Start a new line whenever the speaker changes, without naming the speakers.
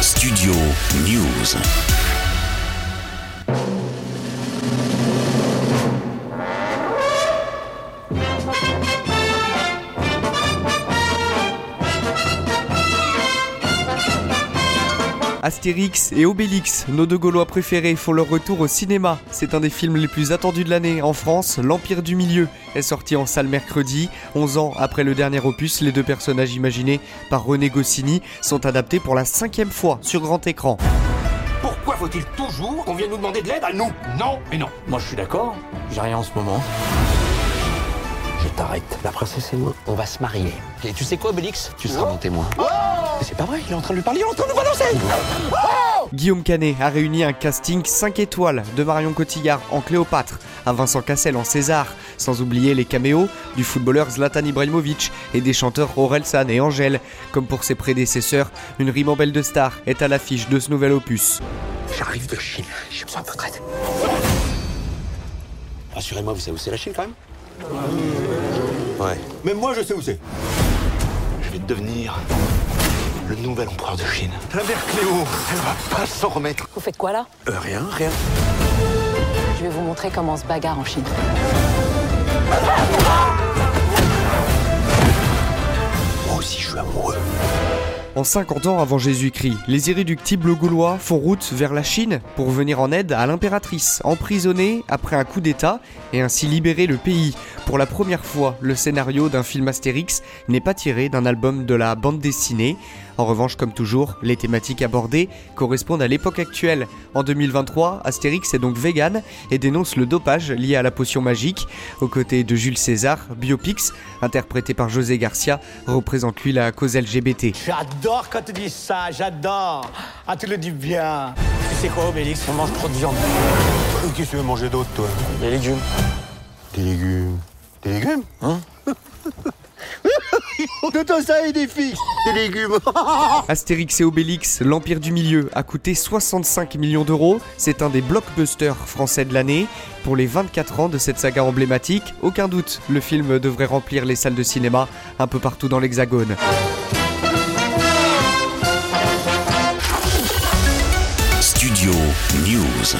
Studio News.
Astérix et Obélix, nos deux Gaulois préférés, font leur retour au cinéma. C'est un des films les plus attendus de l'année en France. L'Empire du Milieu est sorti en salle mercredi. 11 ans après le dernier opus, les deux personnages imaginés par René Goscinny sont adaptés pour la cinquième fois sur grand écran.
Pourquoi faut-il toujours qu'on vienne nous demander de l'aide à nous Non et non.
Moi, je suis d'accord. J'ai rien en ce moment. Je t'arrête. La princesse et moi, on va se marier. Et tu sais quoi, Oh Bélix Tu seras mon témoin. Mais c'est pas vrai, il est en train de lui parler, il est en train de nous balancer
Guillaume Canet a réuni un casting 5 étoiles de Marion Cotillard en Cléopâtre à Vincent Cassel en César, sans oublier les caméos du footballeur Zlatan Ibrahimovic et des chanteurs Orelsan et Angèle. Comme pour ses prédécesseurs, une ribambelle de stars est à l'affiche de ce nouvel opus.
J'arrive de Chine, j'ai besoin de votre aide. Rassurez-moi, vous savez où c'est la Chine quand même Ouais.
Même moi, je sais où c'est.
Je vais devenir le nouvel empereur de Chine.
La mère Cléo, elle va pas s'en remettre.
Vous faites quoi là
Euh, rien, rien.
Je vais vous montrer comment on se bagarre en Chine.
Moi aussi, je suis amoureux.
En 50 ans avant Jésus-Christ, les irréductibles gaulois font route vers la Chine pour venir en aide à l'impératrice, emprisonnée après un coup d'État et ainsi libérer le pays. Pour la première fois, le scénario d'un film Astérix n'est pas tiré d'un album de la bande dessinée. En revanche, comme toujours, les thématiques abordées correspondent à l'époque actuelle. En 2023, Astérix est donc vegan et dénonce le dopage lié à la potion magique. Aux côtés de Jules César, Biopix, interprété par José Garcia, représente lui la cause LGBT.
J'adore quand tu dis ça, j'adore. Ah, tu le dis bien. Tu sais quoi, Obélix On mange trop de viande.
Qu'est-ce que tu veux manger d'autre, toi
Les légumes.
Des légumes. Des légumes
Astérix et Obélix, l'Empire du Milieu, a coûté 65 millions d'euros. C'est un des blockbusters français de l'année. Pour les 24 ans de cette saga emblématique, aucun doute, le film devrait remplir les salles de cinéma un peu partout dans l'Hexagone.
Studio News.